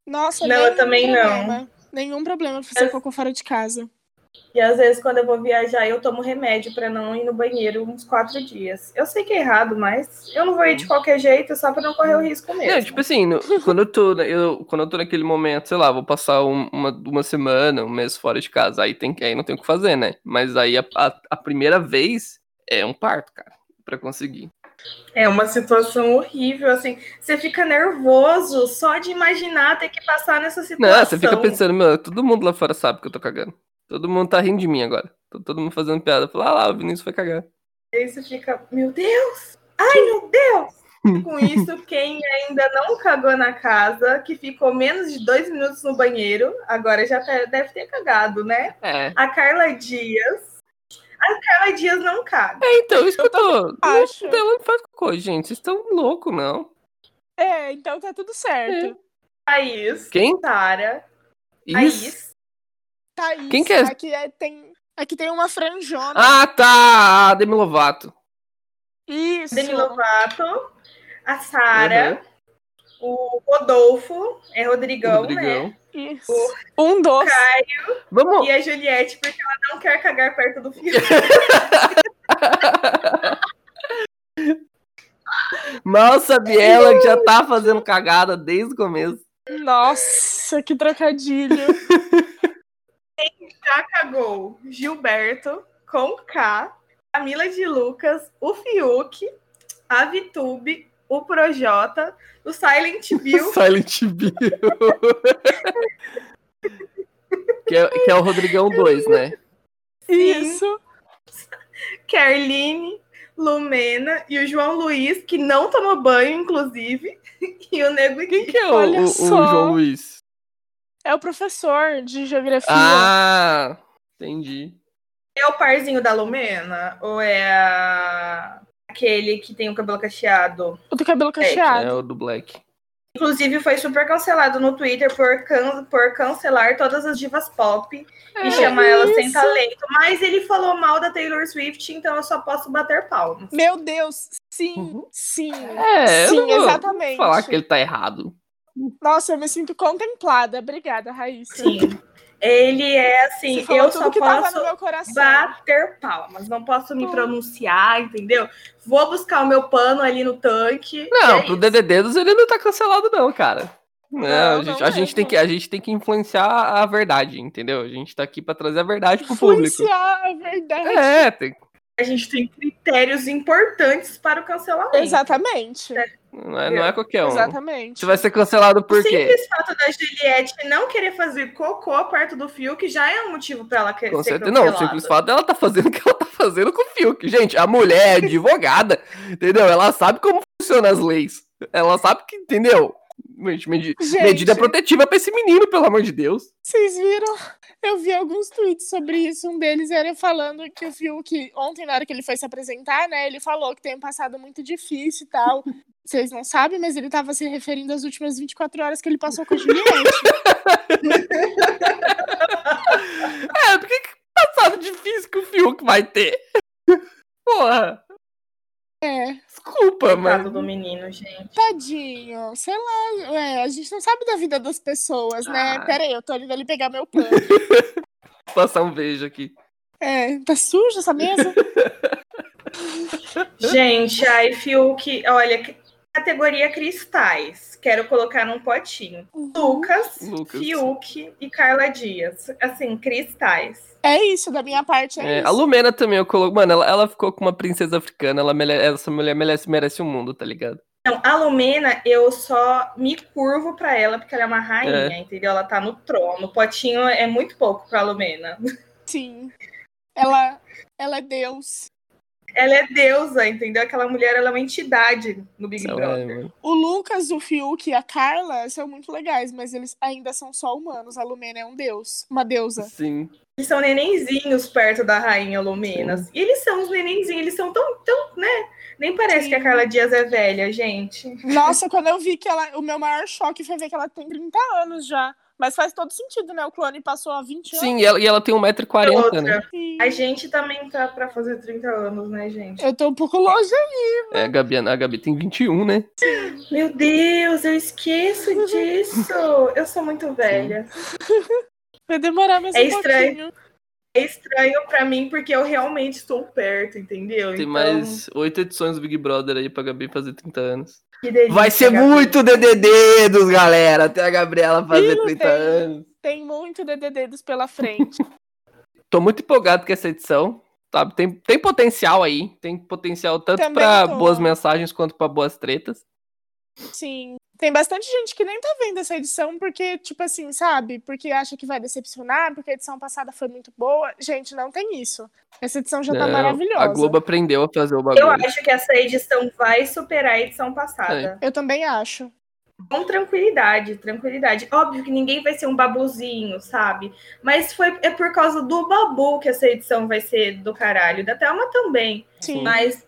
[SPEAKER 3] Nossa,
[SPEAKER 5] Não, eu
[SPEAKER 3] nenhum
[SPEAKER 5] também não.
[SPEAKER 3] problema. não. Nenhum problema pra fazer
[SPEAKER 5] Eu-
[SPEAKER 3] cocô fora de casa.
[SPEAKER 5] E às vezes, quando eu vou viajar, eu tomo remédio pra não ir no banheiro uns quatro dias. Eu sei que é errado, mas eu não vou ir de qualquer jeito só pra não correr o risco mesmo.
[SPEAKER 4] Não, tipo assim, no- quando, eu tô, na- eu, quando eu tô naquele momento, sei lá, vou passar um- uma, uma semana, um mês fora de casa, aí, tem, que- aí não tem o que fazer, né? Mas aí a, a- a primeira vez é um parto, cara, pra conseguir.
[SPEAKER 5] É uma situação horrível, assim. Você fica nervoso só de imaginar ter que passar nessa
[SPEAKER 4] Não,
[SPEAKER 5] situação.
[SPEAKER 4] você fica pensando, meu, todo mundo lá fora sabe que eu tô cagando. Todo mundo tá rindo de mim agora. Tô todo mundo fazendo piada. Falar, ah lá, o Vinícius foi cagar.
[SPEAKER 5] Aí você fica, meu Deus! Ai, meu Deus! Com isso, quem ainda não cagou na casa, que ficou menos de dois minutos no banheiro, agora já pe- deve ter cagado, né?
[SPEAKER 4] É.
[SPEAKER 5] A Carla Dias. A Carla Dias não caga.
[SPEAKER 4] É, então, isso que eu tô.
[SPEAKER 3] Acho.
[SPEAKER 4] Ela não faz cocô, gente. Vocês estão loucos, não.
[SPEAKER 3] É, então tá tudo
[SPEAKER 5] É.
[SPEAKER 3] certo.
[SPEAKER 5] Thaís.
[SPEAKER 4] Quem?
[SPEAKER 5] Sara.
[SPEAKER 4] Isso.
[SPEAKER 5] Thaís.
[SPEAKER 3] Thaís,
[SPEAKER 4] Quem que é?
[SPEAKER 3] Tá Aqui é- tem, aqui tem uma franjona.
[SPEAKER 4] Ah, tá! Demi Lovato.
[SPEAKER 3] Isso.
[SPEAKER 5] Demi Lovato. A Sara.
[SPEAKER 4] Uhum.
[SPEAKER 5] O Rodolfo. É Rodrigão, né?
[SPEAKER 4] Rodrigão.
[SPEAKER 3] Isso. Um doce.
[SPEAKER 5] Caio
[SPEAKER 4] Vamos,
[SPEAKER 5] e a Juliette, porque ela não quer cagar perto do filho.
[SPEAKER 4] Mal sabe ela que já tá fazendo cagada desde o começo.
[SPEAKER 3] Nossa, que trocadilho.
[SPEAKER 5] Já cagou Gilberto com K. Camila de Lucas. O Fiuk. A Vitube. O Projota. O Silent Bill.
[SPEAKER 4] Silent Bill. que, é, que é o Rodrigão 2, né?
[SPEAKER 3] Isso.
[SPEAKER 5] Kerline, Lumena e o João Luiz, que não tomou banho, inclusive, e o Nego
[SPEAKER 4] Quem
[SPEAKER 5] Gui.
[SPEAKER 4] que é o,
[SPEAKER 3] Olha
[SPEAKER 4] o- o
[SPEAKER 3] só.
[SPEAKER 4] João Luiz?
[SPEAKER 3] É o professor de geografia.
[SPEAKER 4] Ah, entendi.
[SPEAKER 5] É o parzinho da Lumena? Ou é a- aquele que tem o cabelo cacheado?
[SPEAKER 3] O do cabelo
[SPEAKER 4] É
[SPEAKER 3] cacheado.
[SPEAKER 4] o do Black.
[SPEAKER 5] Inclusive, foi super cancelado no Twitter por, can- por cancelar todas as divas pop e chamar elas sem
[SPEAKER 3] É. isso.
[SPEAKER 5] talento. Mas ele falou mal da Taylor Swift, então eu só posso bater palmas.
[SPEAKER 3] Meu Deus, sim,
[SPEAKER 4] Uhum.
[SPEAKER 3] sim.
[SPEAKER 4] É, eu
[SPEAKER 3] sim,
[SPEAKER 4] não vou
[SPEAKER 3] exatamente.
[SPEAKER 4] Falar que ele tá errado.
[SPEAKER 3] Nossa, eu me sinto contemplada. Obrigada, Raíssa.
[SPEAKER 5] Sim. Ele é assim,
[SPEAKER 3] Você falou
[SPEAKER 5] eu
[SPEAKER 3] tudo
[SPEAKER 5] só
[SPEAKER 3] que tava
[SPEAKER 5] posso
[SPEAKER 3] no meu coração. Hum.
[SPEAKER 5] bater palmas. Não posso me pronunciar, entendeu? Vou buscar o meu pano ali no tanque.
[SPEAKER 4] Não,
[SPEAKER 5] E é
[SPEAKER 4] pro
[SPEAKER 5] isso.
[SPEAKER 4] DDD dos ele não tá cancelado, não, cara. Não,
[SPEAKER 3] Não,
[SPEAKER 4] a, gente,
[SPEAKER 3] não
[SPEAKER 4] a gente tem
[SPEAKER 3] mesmo.
[SPEAKER 4] que, a gente tem que influenciar a verdade, entendeu? A gente tá aqui pra trazer a verdade pro público.
[SPEAKER 3] Influenciar a verdade.
[SPEAKER 4] É, tem,
[SPEAKER 5] A gente tem critérios importantes para o
[SPEAKER 3] É.
[SPEAKER 5] cancelamento.
[SPEAKER 3] Exatamente.
[SPEAKER 5] Então,
[SPEAKER 4] não, é, não é qualquer um.
[SPEAKER 3] Exatamente.
[SPEAKER 4] Você vai ser cancelado
[SPEAKER 5] O
[SPEAKER 4] por quê?
[SPEAKER 5] simples fato da Juliette não querer fazer cocô perto do Fiuk já é um motivo pra ela querer
[SPEAKER 4] Com
[SPEAKER 5] ser
[SPEAKER 4] certeza. Não, o
[SPEAKER 5] cancelada.
[SPEAKER 4] simples fato dela tá fazendo o que ela tá fazendo com o Fiuk. Gente, a mulher é advogada, entendeu? Ela sabe como funcionam as leis. Ela sabe que, entendeu? Gente, medi-
[SPEAKER 3] Gente.
[SPEAKER 4] Medida protetiva pra esse menino, pelo amor de Deus.
[SPEAKER 3] Vocês viram? Eu vi alguns tweets sobre isso. Um deles era falando que o Fiuk, ontem, na hora que ele foi se apresentar, né? Ele falou que tem um passado muito difícil e tal. Vocês não sabem, mas ele tava se referindo às últimas 24 horas que ele passou com a Juliette.
[SPEAKER 4] É, porque que passado difícil que o Fiuk vai ter? Porra,
[SPEAKER 3] É,
[SPEAKER 4] desculpa,
[SPEAKER 5] Coitado
[SPEAKER 4] mano.
[SPEAKER 5] do menino, gente.
[SPEAKER 3] tadinho. Sei lá, ué, a gente não sabe da vida das pessoas, né?
[SPEAKER 4] Ah.
[SPEAKER 3] Pera aí, eu tô indo ali pegar meu pano.
[SPEAKER 4] Vou passar um beijo aqui.
[SPEAKER 3] É, tá suja essa mesa?
[SPEAKER 5] Gente, aí Fiuk, olha, c- categoria cristais. Quero colocar num potinho. Lucas,
[SPEAKER 4] Lucas.
[SPEAKER 5] Fiuk e Carla Dias. Assim, cristais.
[SPEAKER 3] É isso, da minha parte é,
[SPEAKER 4] É,
[SPEAKER 3] isso.
[SPEAKER 4] a Lumena também, eu coloco. Mano, ela, ela ficou com uma princesa africana. Ela mere- Essa mulher merece, merece o mundo, tá ligado?
[SPEAKER 5] Então, a Lumena, eu só me curvo pra ela, porque ela é uma rainha, entendeu? Ela tá no trono. O potinho é muito pouco pra Lumena.
[SPEAKER 3] Sim. Ela, ela é Deus.
[SPEAKER 5] Ela é deusa, entendeu? Aquela mulher, ela é uma entidade no Big
[SPEAKER 4] Ela é,
[SPEAKER 5] Brother.
[SPEAKER 4] mano.
[SPEAKER 3] O Lucas, o Fiuk e a Carla são muito legais, mas eles ainda são só humanos. A Lumena é um deus, uma deusa.
[SPEAKER 4] Sim.
[SPEAKER 5] Eles são nenenzinhos perto da rainha Lumena. E eles são os nenenzinhos, eles são tão, tão, né? Nem parece
[SPEAKER 3] Sim.
[SPEAKER 5] que a Carla Dias é velha, gente.
[SPEAKER 3] Nossa, quando eu vi que ela. O meu maior choque foi ver que ela tem 30 anos já. Mas faz todo sentido, né? O clone passou há 20 anos.
[SPEAKER 4] Sim, e ela, e ela tem
[SPEAKER 3] É
[SPEAKER 4] 1,40m, né?
[SPEAKER 5] Outra.
[SPEAKER 3] Sim.
[SPEAKER 5] A gente também tá pra fazer 30 anos, né, gente?
[SPEAKER 3] Eu tô um pouco longe.
[SPEAKER 4] É, a Gabi, a Gabi tem 21, né?
[SPEAKER 5] Meu Deus, eu esqueço disso. Eu sou muito velha.
[SPEAKER 3] Vai demorar mais
[SPEAKER 5] É
[SPEAKER 3] um
[SPEAKER 5] estranho.
[SPEAKER 3] pouquinho.
[SPEAKER 5] É estranho pra mim porque eu realmente estou perto, entendeu?
[SPEAKER 4] Tem
[SPEAKER 5] Então,
[SPEAKER 4] mais oito edições do Big Brother aí pra Gabi fazer 30 anos.
[SPEAKER 5] que delícia,
[SPEAKER 4] Vai ser
[SPEAKER 5] Gabi.
[SPEAKER 4] muito DDD dos galera, até a Gabriela fazer
[SPEAKER 3] Ih, não
[SPEAKER 4] 30
[SPEAKER 3] tem.
[SPEAKER 4] anos.
[SPEAKER 3] Tem muito DDDs pela frente.
[SPEAKER 4] Tô muito empolgado com essa edição. Sabe? Tem, tem potencial aí. Tem potencial tanto
[SPEAKER 3] Também
[SPEAKER 4] pra
[SPEAKER 3] tô.
[SPEAKER 4] boas mensagens quanto pra boas tretas.
[SPEAKER 3] Sim. Tem bastante gente que nem tá vendo essa edição porque, tipo assim, sabe? Porque acha que vai decepcionar, porque a edição passada foi muito boa. Gente, não tem isso. Essa edição já tá
[SPEAKER 4] Não,
[SPEAKER 3] maravilhosa.
[SPEAKER 4] É, A Globo aprendeu a fazer o
[SPEAKER 5] Eu
[SPEAKER 4] bagulho.
[SPEAKER 5] acho que essa edição vai superar a edição
[SPEAKER 4] É.
[SPEAKER 5] passada.
[SPEAKER 3] Eu também acho.
[SPEAKER 5] Com tranquilidade, tranquilidade. Óbvio que ninguém vai ser um babuzinho, sabe? Mas foi, é por causa do babu que essa edição vai ser do caralho. Da Thelma também.
[SPEAKER 3] Sim.
[SPEAKER 5] mas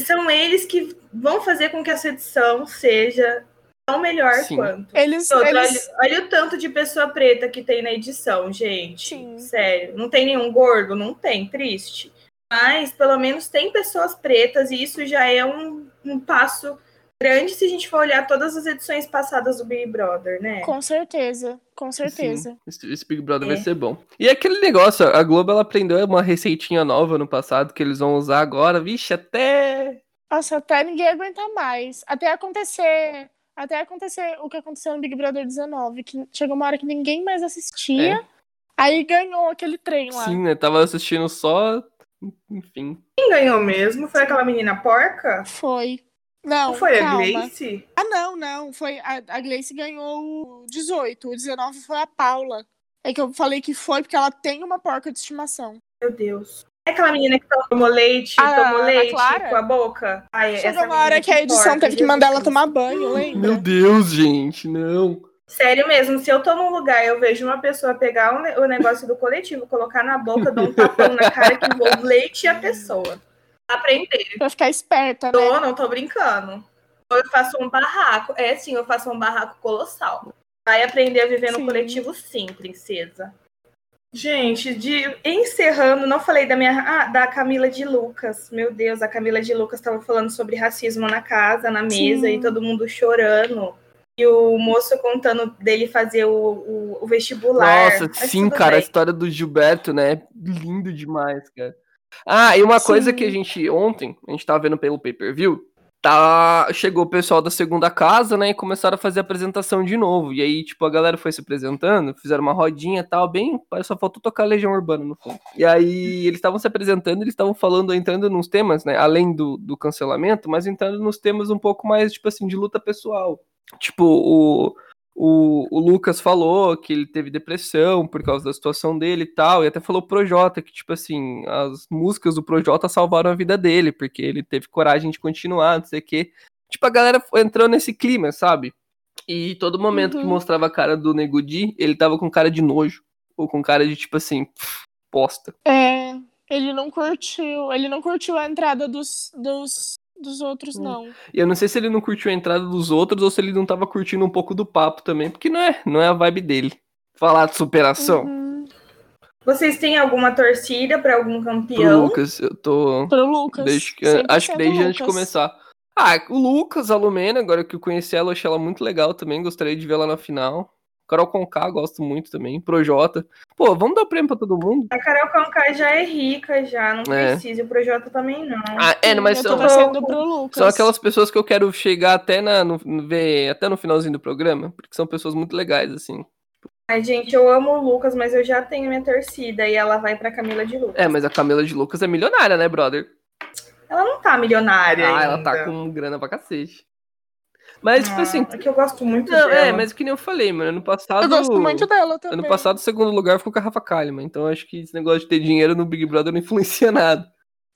[SPEAKER 5] são eles que vão fazer com que essa edição seja tão melhor
[SPEAKER 4] Sim.
[SPEAKER 5] quanto.
[SPEAKER 3] Eles,
[SPEAKER 5] Outra,
[SPEAKER 3] eles...
[SPEAKER 5] olha, olha o tanto de pessoa preta que tem na edição, gente.
[SPEAKER 3] Sim.
[SPEAKER 5] Sério. Não tem nenhum gordo? Não tem, triste. Mas pelo menos tem pessoas pretas e isso já é um, um passo grande se a gente for olhar todas as edições passadas do Big Brother, né?
[SPEAKER 3] Com certeza, com certeza.
[SPEAKER 4] Esse, esse Big Brother
[SPEAKER 5] É.
[SPEAKER 4] vai ser bom. E aquele negócio, a Globo ela aprendeu uma receitinha nova no passado que eles vão usar agora. Vixe, até.
[SPEAKER 3] Nossa, até ninguém aguenta mais. Até acontecer. Até acontecer o que aconteceu no Big Brother 19, que chegou uma hora que ninguém mais assistia.
[SPEAKER 5] É.
[SPEAKER 3] Aí ganhou aquele trem lá.
[SPEAKER 4] É, Sim, né? Tava assistindo só. Enfim.
[SPEAKER 5] Quem ganhou mesmo? Foi aquela menina porca?
[SPEAKER 3] Foi.
[SPEAKER 5] Não
[SPEAKER 3] Não,
[SPEAKER 5] foi
[SPEAKER 3] calma.
[SPEAKER 5] a Gleice?
[SPEAKER 3] Ah, não, não. Foi a, a Gleice ganhou o 18, o 19 foi a Paula. É que eu falei que foi porque ela tem uma porca de estimação.
[SPEAKER 5] Meu Deus. É aquela menina que tomou leite,
[SPEAKER 3] Ah, A
[SPEAKER 5] tomou
[SPEAKER 3] Ana
[SPEAKER 5] leite
[SPEAKER 3] Clara?
[SPEAKER 5] com a boca? Ai,
[SPEAKER 3] Chegou
[SPEAKER 5] É, essa
[SPEAKER 3] uma hora
[SPEAKER 5] menina
[SPEAKER 3] que a edição
[SPEAKER 5] porca,
[SPEAKER 3] teve que
[SPEAKER 5] Jesus
[SPEAKER 3] mandar ela
[SPEAKER 5] Cristo.
[SPEAKER 3] tomar banho, lembra?
[SPEAKER 4] Meu Deus, gente, não.
[SPEAKER 5] Sério mesmo, se eu tô num lugar e eu vejo uma pessoa pegar um ne- o negócio do coletivo, colocar na boca, dar um tapão na cara que vou leite a pessoa. Aprender.
[SPEAKER 3] Pra ficar esperta, né?
[SPEAKER 5] Tô, não tô brincando. Ou eu faço um barraco. É sim, eu faço um barraco colossal. Vai aprender a viver
[SPEAKER 3] Sim.
[SPEAKER 5] no coletivo sim, princesa. Gente, de encerrando, não falei da minha ah, da Camila de Lucas. Meu Deus, a Camila de Lucas estava falando sobre racismo na casa, na mesa
[SPEAKER 3] Sim.
[SPEAKER 5] e todo mundo chorando. E o moço contando dele fazer o, o- o vestibular.
[SPEAKER 4] Nossa,
[SPEAKER 5] Mas
[SPEAKER 4] sim,
[SPEAKER 5] tudo
[SPEAKER 4] cara, a
[SPEAKER 5] bem.
[SPEAKER 4] história do Gilberto, né? Lindo demais, cara. Ah, e uma coisa que a gente ontem, a gente tava vendo pelo pay-per-view, tá, chegou o pessoal da segunda casa, né, e começaram a fazer a apresentação de novo. E aí, tipo, a galera foi se apresentando, fizeram uma rodinha e tal, bem, só faltou tocar Legião Urbana no fundo. E aí, eles estavam se apresentando, eles estavam falando, entrando nos temas, né, além do, do cancelamento, mas entrando nos temas um pouco mais, tipo assim, de luta pessoal. Tipo, o, o, o Lucas falou que ele teve depressão por causa da situação dele e tal, e até falou pro Projota que, tipo assim, as músicas do Projota salvaram a vida dele, porque ele teve coragem de continuar, não sei o quê. Tipo, a galera foi- entrou nesse clima, sabe? E todo momento que mostrava a cara do Nego Di, ele tava com cara de nojo, ou com cara de, tipo assim, "Pff, bosta.
[SPEAKER 3] É, ele não curtiu, ele não curtiu a entrada dos, dos, dos outros,
[SPEAKER 4] Hum.
[SPEAKER 3] não.
[SPEAKER 4] E eu não sei se ele não curtiu a entrada dos outros, ou se ele não tava curtindo um pouco do papo também, porque não é, não é a vibe dele. Falar de superação
[SPEAKER 3] Uhum.
[SPEAKER 5] Vocês têm alguma torcida pra algum
[SPEAKER 4] pro
[SPEAKER 5] campeão?
[SPEAKER 4] Lucas, eu tô...
[SPEAKER 3] Pro Lucas.
[SPEAKER 4] Desde que-
[SPEAKER 3] 100%
[SPEAKER 4] acho que desde antes de
[SPEAKER 3] Lucas.
[SPEAKER 4] começar. Ah, o Lucas, a Lumena, agora que eu conheci ela, eu achei ela muito legal também. Gostaria de vê-la na final. Carol Conká, gosto muito também. Projota. Pô, vamos dar prêmio pra todo mundo?
[SPEAKER 5] A Carol Conká já é rica, já. Não
[SPEAKER 4] É.
[SPEAKER 5] precisa. O Projota também não.
[SPEAKER 4] Ah, é, mas
[SPEAKER 3] eu tô
[SPEAKER 4] são,
[SPEAKER 3] torcendo pro Lucas.
[SPEAKER 4] são aquelas pessoas que eu quero chegar até, na, no, no- ver, até no finalzinho do programa, porque são pessoas muito legais, assim.
[SPEAKER 5] Ai, gente, eu amo o Lucas, mas eu já tenho minha torcida. E ela vai pra Camila de Lucas.
[SPEAKER 4] É, mas a Camila de Lucas é milionária, né, brother?
[SPEAKER 5] Ela não tá milionária
[SPEAKER 4] Ah,
[SPEAKER 5] ainda.
[SPEAKER 4] ela tá com grana pra cacete. Mas, tipo
[SPEAKER 5] Ah,
[SPEAKER 4] assim.
[SPEAKER 5] É que eu gosto muito
[SPEAKER 4] Não,
[SPEAKER 5] dela.
[SPEAKER 4] é, mas que nem eu falei, mano. Ano passado.
[SPEAKER 3] Eu gosto muito dela também.
[SPEAKER 4] Ano passado, o segundo lugar ficou com a Rafa Kalimann. Então, acho que esse negócio de ter dinheiro no Big Brother não influencia nada.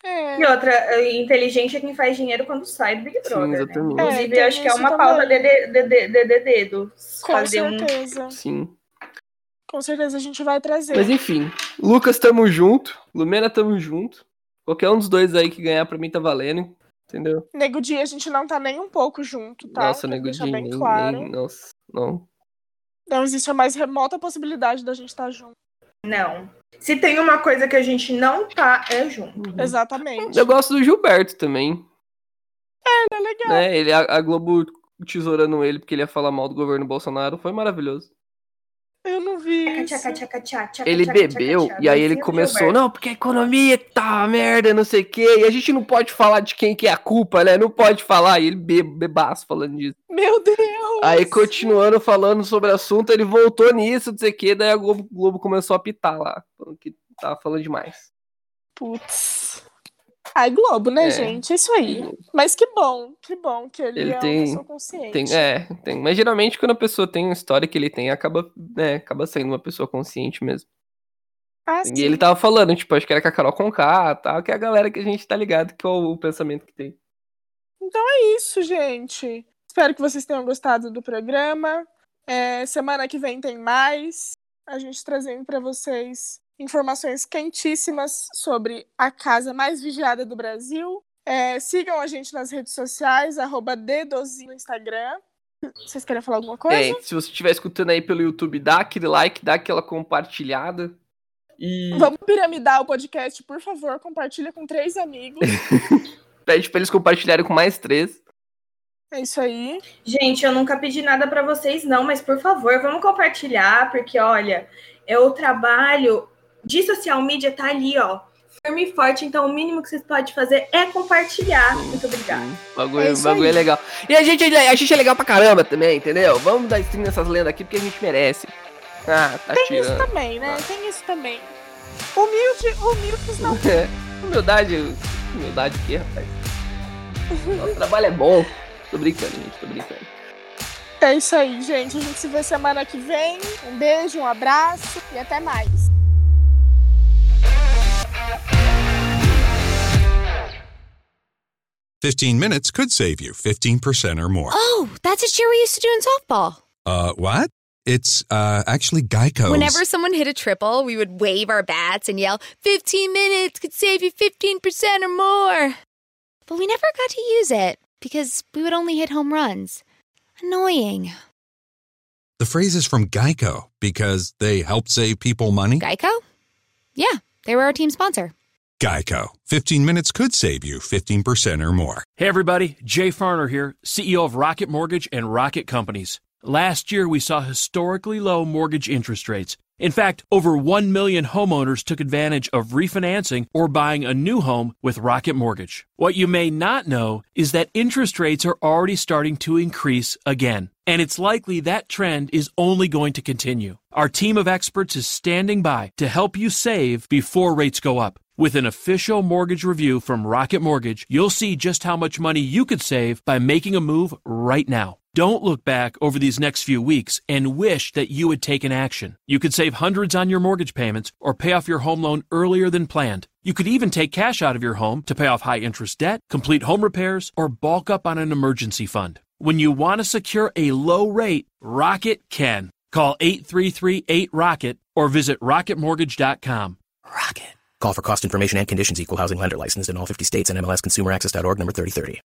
[SPEAKER 3] É.
[SPEAKER 5] E outra, é, inteligente é quem faz dinheiro quando sai do Big
[SPEAKER 4] Sim,
[SPEAKER 5] Brother. né?
[SPEAKER 4] exatamente.
[SPEAKER 5] Inclusive,
[SPEAKER 3] É, tem
[SPEAKER 5] eu acho que é
[SPEAKER 3] isso
[SPEAKER 5] uma
[SPEAKER 3] também.
[SPEAKER 5] pauta de, de, de, de- de dedo.
[SPEAKER 3] Com
[SPEAKER 5] Fazer um-
[SPEAKER 3] certeza.
[SPEAKER 4] Sim.
[SPEAKER 3] Com certeza a gente vai trazer.
[SPEAKER 4] Mas, enfim. Lucas, tamo junto. Lumena, tamo junto. Qualquer um dos dois aí que ganhar, pra mim, tá valendo. Entendeu?
[SPEAKER 3] Nego Dia, a gente não tá nem um pouco junto, tá?
[SPEAKER 4] nossa,
[SPEAKER 3] Pra
[SPEAKER 4] negodinho.
[SPEAKER 3] Deixar bem
[SPEAKER 4] nem-
[SPEAKER 3] claro.
[SPEAKER 4] nem- nossa, não.
[SPEAKER 3] Não existe a mais remota possibilidade da gente estar junto.
[SPEAKER 5] Não. Se tem uma coisa que a gente não tá, é junto.
[SPEAKER 3] Exatamente.
[SPEAKER 4] Hum. Uhum. Eu gosto do Gilberto também.
[SPEAKER 3] É legal.
[SPEAKER 4] Né? Ele, a, a Globo tesourando ele porque ele ia falar mal do governo Bolsonaro foi maravilhoso.
[SPEAKER 3] Eu não vi.
[SPEAKER 5] Tchaca,
[SPEAKER 3] Isso.
[SPEAKER 5] tchaca, tchaca, tchaca, tchaca,
[SPEAKER 4] Ele
[SPEAKER 5] tchaca, tchaca,
[SPEAKER 4] bebeu
[SPEAKER 5] tchaca.
[SPEAKER 4] e aí ele
[SPEAKER 5] Sim,
[SPEAKER 4] começou,
[SPEAKER 5] Gilberto.
[SPEAKER 4] não, porque a economia tá uma merda, não sei o quê, e a gente não pode falar de quem que é a culpa, né? Não pode falar. E ele be- bebaço falando disso.
[SPEAKER 3] Meu Deus!
[SPEAKER 4] Aí continuando falando sobre o assunto, ele voltou nisso, não sei o quê, daí a Globo, Globo começou a pitar lá, falando que tava falando demais.
[SPEAKER 3] Putz. Ai, Globo, né,
[SPEAKER 4] É.
[SPEAKER 3] gente? É isso aí. Mas que bom, que bom que ele,
[SPEAKER 4] Ele
[SPEAKER 3] é
[SPEAKER 4] tem-
[SPEAKER 3] uma pessoa consciente.
[SPEAKER 4] Tem, é, tem. Mas geralmente quando a pessoa tem uma história que ele tem, acaba, né, acaba sendo uma pessoa consciente mesmo.
[SPEAKER 3] Ah,
[SPEAKER 4] E
[SPEAKER 5] Assim.
[SPEAKER 3] sim.
[SPEAKER 4] ele tava falando, tipo, acho que era com a Carol Conká, tal, que é a galera que a gente tá ligado que é o, o pensamento que tem.
[SPEAKER 3] É isso, gente. Espero que vocês tenham gostado do programa. É, semana que vem tem mais. A gente trazendo para vocês informações quentíssimas sobre a casa mais vigiada do Brasil. É, sigam a gente nas redes sociais, arroba D12 no Instagram. Vocês querem falar alguma coisa?
[SPEAKER 4] É, se você estiver escutando aí pelo YouTube, dá aquele like, dá aquela compartilhada. E
[SPEAKER 3] Vamos piramidar o podcast, por favor. Compartilha com três amigos.
[SPEAKER 4] pede pra eles compartilharem com mais três.
[SPEAKER 3] É isso aí.
[SPEAKER 5] Gente, eu nunca pedi nada pra vocês, não, mas por favor, vamos compartilhar, porque olha, é o trabalho de social media tá ali, ó. Firme e forte, então o mínimo que vocês podem fazer é compartilhar. Muito obrigada.
[SPEAKER 4] O bagulho,
[SPEAKER 3] É
[SPEAKER 4] é,
[SPEAKER 3] isso
[SPEAKER 4] bagulho é
[SPEAKER 3] aí.
[SPEAKER 4] legal. E a gente, é- a gente é legal pra caramba também, entendeu? Vamos dar stream nessas lendas aqui porque a gente merece. Ah, tá
[SPEAKER 3] Tem isso
[SPEAKER 4] tirando.
[SPEAKER 3] também, né? Tem isso também. Humilde, humildes não
[SPEAKER 4] É. Humildade, humildade o quê, rapaz? Nosso trabalho é bom. Tô brincando, gente, tô brincando.
[SPEAKER 3] É isso aí, gente. A gente se vê semana que vem. Um beijo, um abraço e até mais.
[SPEAKER 1] Fifteen minutes could save you fifteen percent or more.
[SPEAKER 2] Oh, that's a cheer we used to do in softball.
[SPEAKER 1] Uh, what? It's uh actually Geico.
[SPEAKER 2] Whenever someone hit a triple, we would wave our bats and yell, 15 minutes could save you 15% or more. But we never got to use it because we would only hit home runs. Annoying.
[SPEAKER 1] The phrase is from Geico because they help save people money.
[SPEAKER 2] Geico? Yeah, they were our team sponsor.
[SPEAKER 1] Geico. 15 minutes could save you 15% or more.
[SPEAKER 6] Hey, everybody, Jay Farner here, CEO of Rocket Mortgage and Rocket Companies. Last year, we saw historically low mortgage interest rates, In fact, over 1 million homeowners took advantage of refinancing or buying a new home with Rocket Mortgage. What you may not know is that interest rates are already starting to increase again, and it's likely that trend is only going to continue. Our team of experts is standing by to help you save before rates go up. With an official mortgage review from Rocket Mortgage, you'll see just how much money you could save by making a move right now. Don't look back over these next few weeks and wish that you had taken action. You could save hundreds on your mortgage payments or pay off your home loan earlier than planned. You could even take cash out of your home to pay off high interest debt, complete home repairs, or bulk up on an emergency fund. When you want to secure a low rate, Rocket can. Call 8338-ROCKET or visit rocketmortgage.com.
[SPEAKER 7] Rocket. Call for cost information and conditions equal housing lender licensed in all 50 states and MLSconsumerAccess.org number 3030.